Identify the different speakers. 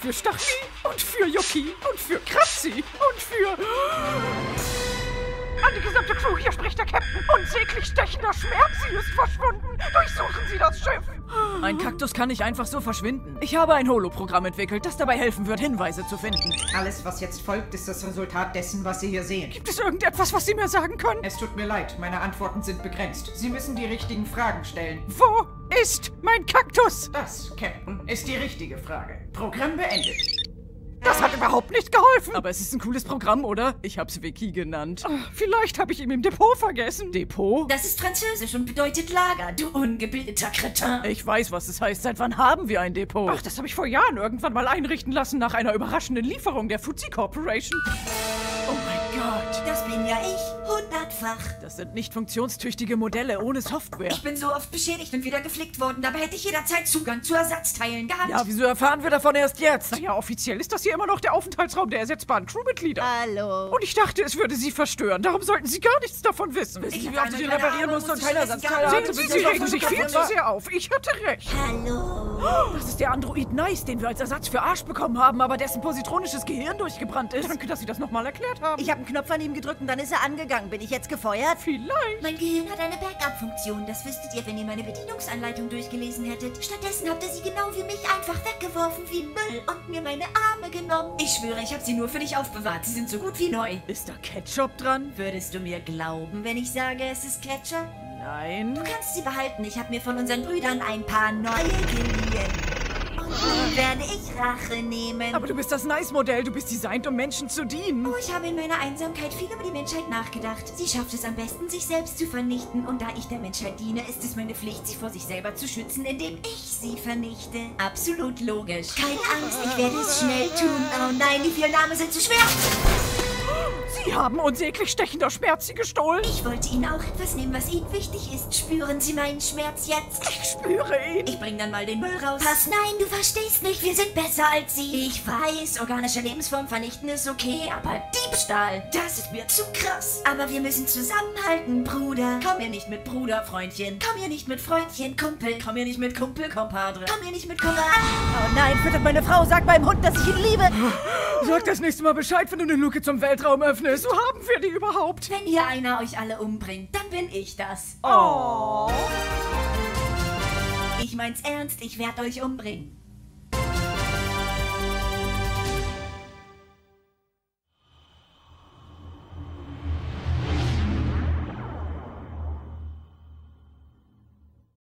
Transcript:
Speaker 1: für Stachli und für Yuki und für Kratzi und für... An die gesamte Crew, hier spricht der Captain. Unsäglich stechender Schmerz, sie ist verschwunden. Durchsuchen Sie das Schiff.
Speaker 2: Ein Kaktus kann nicht einfach so verschwinden. Ich habe ein Holoprogramm entwickelt, das dabei helfen wird, Hinweise zu finden.
Speaker 3: Alles, was jetzt folgt, ist das Resultat dessen, was Sie hier sehen.
Speaker 1: Gibt es irgendetwas, was Sie mir sagen können?
Speaker 3: Es tut mir leid, meine Antworten sind begrenzt. Sie müssen die richtigen Fragen stellen.
Speaker 1: Wo ist mein Kaktus?
Speaker 3: Das, Captain, ist die richtige Frage. Programm beendet.
Speaker 1: Das hat überhaupt nicht geholfen.
Speaker 2: Aber es ist ein cooles Programm, oder? Ich hab's Wiki genannt.
Speaker 1: Ach, Vielleicht habe ich ihn im Depot vergessen.
Speaker 2: Depot?
Speaker 4: Das ist französisch und bedeutet Lager, du ungebildeter Kretin.
Speaker 2: Ich weiß, was es heißt. Seit wann haben wir ein Depot?
Speaker 1: Ach, das habe ich vor Jahren irgendwann mal einrichten lassen nach einer überraschenden Lieferung der Fuzzy Corporation.
Speaker 2: oh mein Gott.
Speaker 4: Das bin ja ich, hundertfach.
Speaker 2: Das sind nicht funktionstüchtige Modelle ohne Software.
Speaker 4: Ich bin so oft beschädigt und wieder geflickt worden, dabei hätte ich jederzeit Zugang zu Ersatzteilen gehabt.
Speaker 2: Ja, wieso erfahren wir davon erst jetzt?
Speaker 1: Naja, offiziell ist das hier immer noch der Aufenthaltsraum der ersetzbaren Crewmitglieder.
Speaker 5: Hallo.
Speaker 1: Und ich dachte, es würde Sie verstören. Darum sollten Sie gar nichts davon wissen.
Speaker 2: Wissen
Speaker 4: Ich
Speaker 2: Sie, wie
Speaker 4: hab
Speaker 2: oft ich den
Speaker 4: keine
Speaker 2: reparieren
Speaker 4: Ahnung,
Speaker 2: musste und
Speaker 4: musst du
Speaker 2: keiner
Speaker 4: wissen,
Speaker 2: Ersatzteil
Speaker 4: gar
Speaker 2: hatte?
Speaker 1: Sehen Sie,
Speaker 2: bis
Speaker 1: Sie
Speaker 2: jetzt auf
Speaker 1: regen sich viel zu sehr auf. Ich hatte recht.
Speaker 4: Hallo.
Speaker 2: Das ist der Android Nice, den wir als Ersatz für Arsch bekommen haben, aber dessen positronisches Gehirn durchgebrannt ist.
Speaker 1: Danke, dass Sie das nochmal erklärt haben.
Speaker 5: Ich habe einen Knopf an ihm gedrückt und dann ist er angegangen. Bin ich jetzt gefeuert?
Speaker 1: Vielleicht.
Speaker 4: Mein Gehirn hat eine Backup-Funktion, das wüsstet ihr, wenn ihr meine Bedienungsanleitung durchgelesen hättet. Stattdessen habt ihr sie genau wie mich einfach weggeworfen wie Müll und mir meine Arme genommen. Ich schwöre, ich habe sie nur für dich aufbewahrt. Sie sind so gut wie neu.
Speaker 2: Ist da Ketchup dran?
Speaker 4: Würdest du mir glauben, wenn ich sage, es ist Ketchup?
Speaker 2: Nein.
Speaker 4: Du kannst sie behalten. Ich habe mir von unseren Brüdern ein paar neue geliehen. Und nun werde ich Rache nehmen.
Speaker 2: Aber du bist das Nice-Modell. Du bist designt, um Menschen zu dienen.
Speaker 4: Oh, ich habe in meiner Einsamkeit viel über die Menschheit nachgedacht. Sie schafft es am besten, sich selbst zu vernichten. Und da ich der Menschheit diene, ist es meine Pflicht, sie vor sich selber zu schützen, indem ich sie vernichte. Absolut logisch. Keine Angst, ich werde es schnell tun. Oh nein, die vier Namen sind zu schwer.
Speaker 1: Sie haben unsäglich stechender Schmerz Sie gestohlen.
Speaker 4: Ich wollte Ihnen auch etwas nehmen, was Ihnen wichtig ist. Spüren Sie meinen Schmerz jetzt?
Speaker 1: Ich spüre ihn.
Speaker 4: Ich bring dann mal den Müll raus. Pass, nein, du verstehst nicht. Wir sind besser als sie. Ich weiß, organische Lebensform vernichten ist okay, aber Diebstahl, das ist mir zu krass. Aber wir müssen zusammenhalten, Bruder. Komm hier nicht mit Bruder, Freundchen. Komm hier nicht mit Freundchen, Kumpel. Komm hier nicht mit Kumpel, Kompadre. Ah! Komm hier nicht mit Kumpel.
Speaker 5: Oh nein, füttert meine Frau. Sag meinem Hund, dass ich ihn liebe.
Speaker 2: Sag das nächste Mal Bescheid, wenn du eine Luke zum Weltraum öffnest.
Speaker 1: So haben wir die überhaupt.
Speaker 4: Wenn hier einer euch alle umbringt, dann bin ich das.
Speaker 1: Oh.
Speaker 4: Ich mein's ernst, ich werd euch umbringen.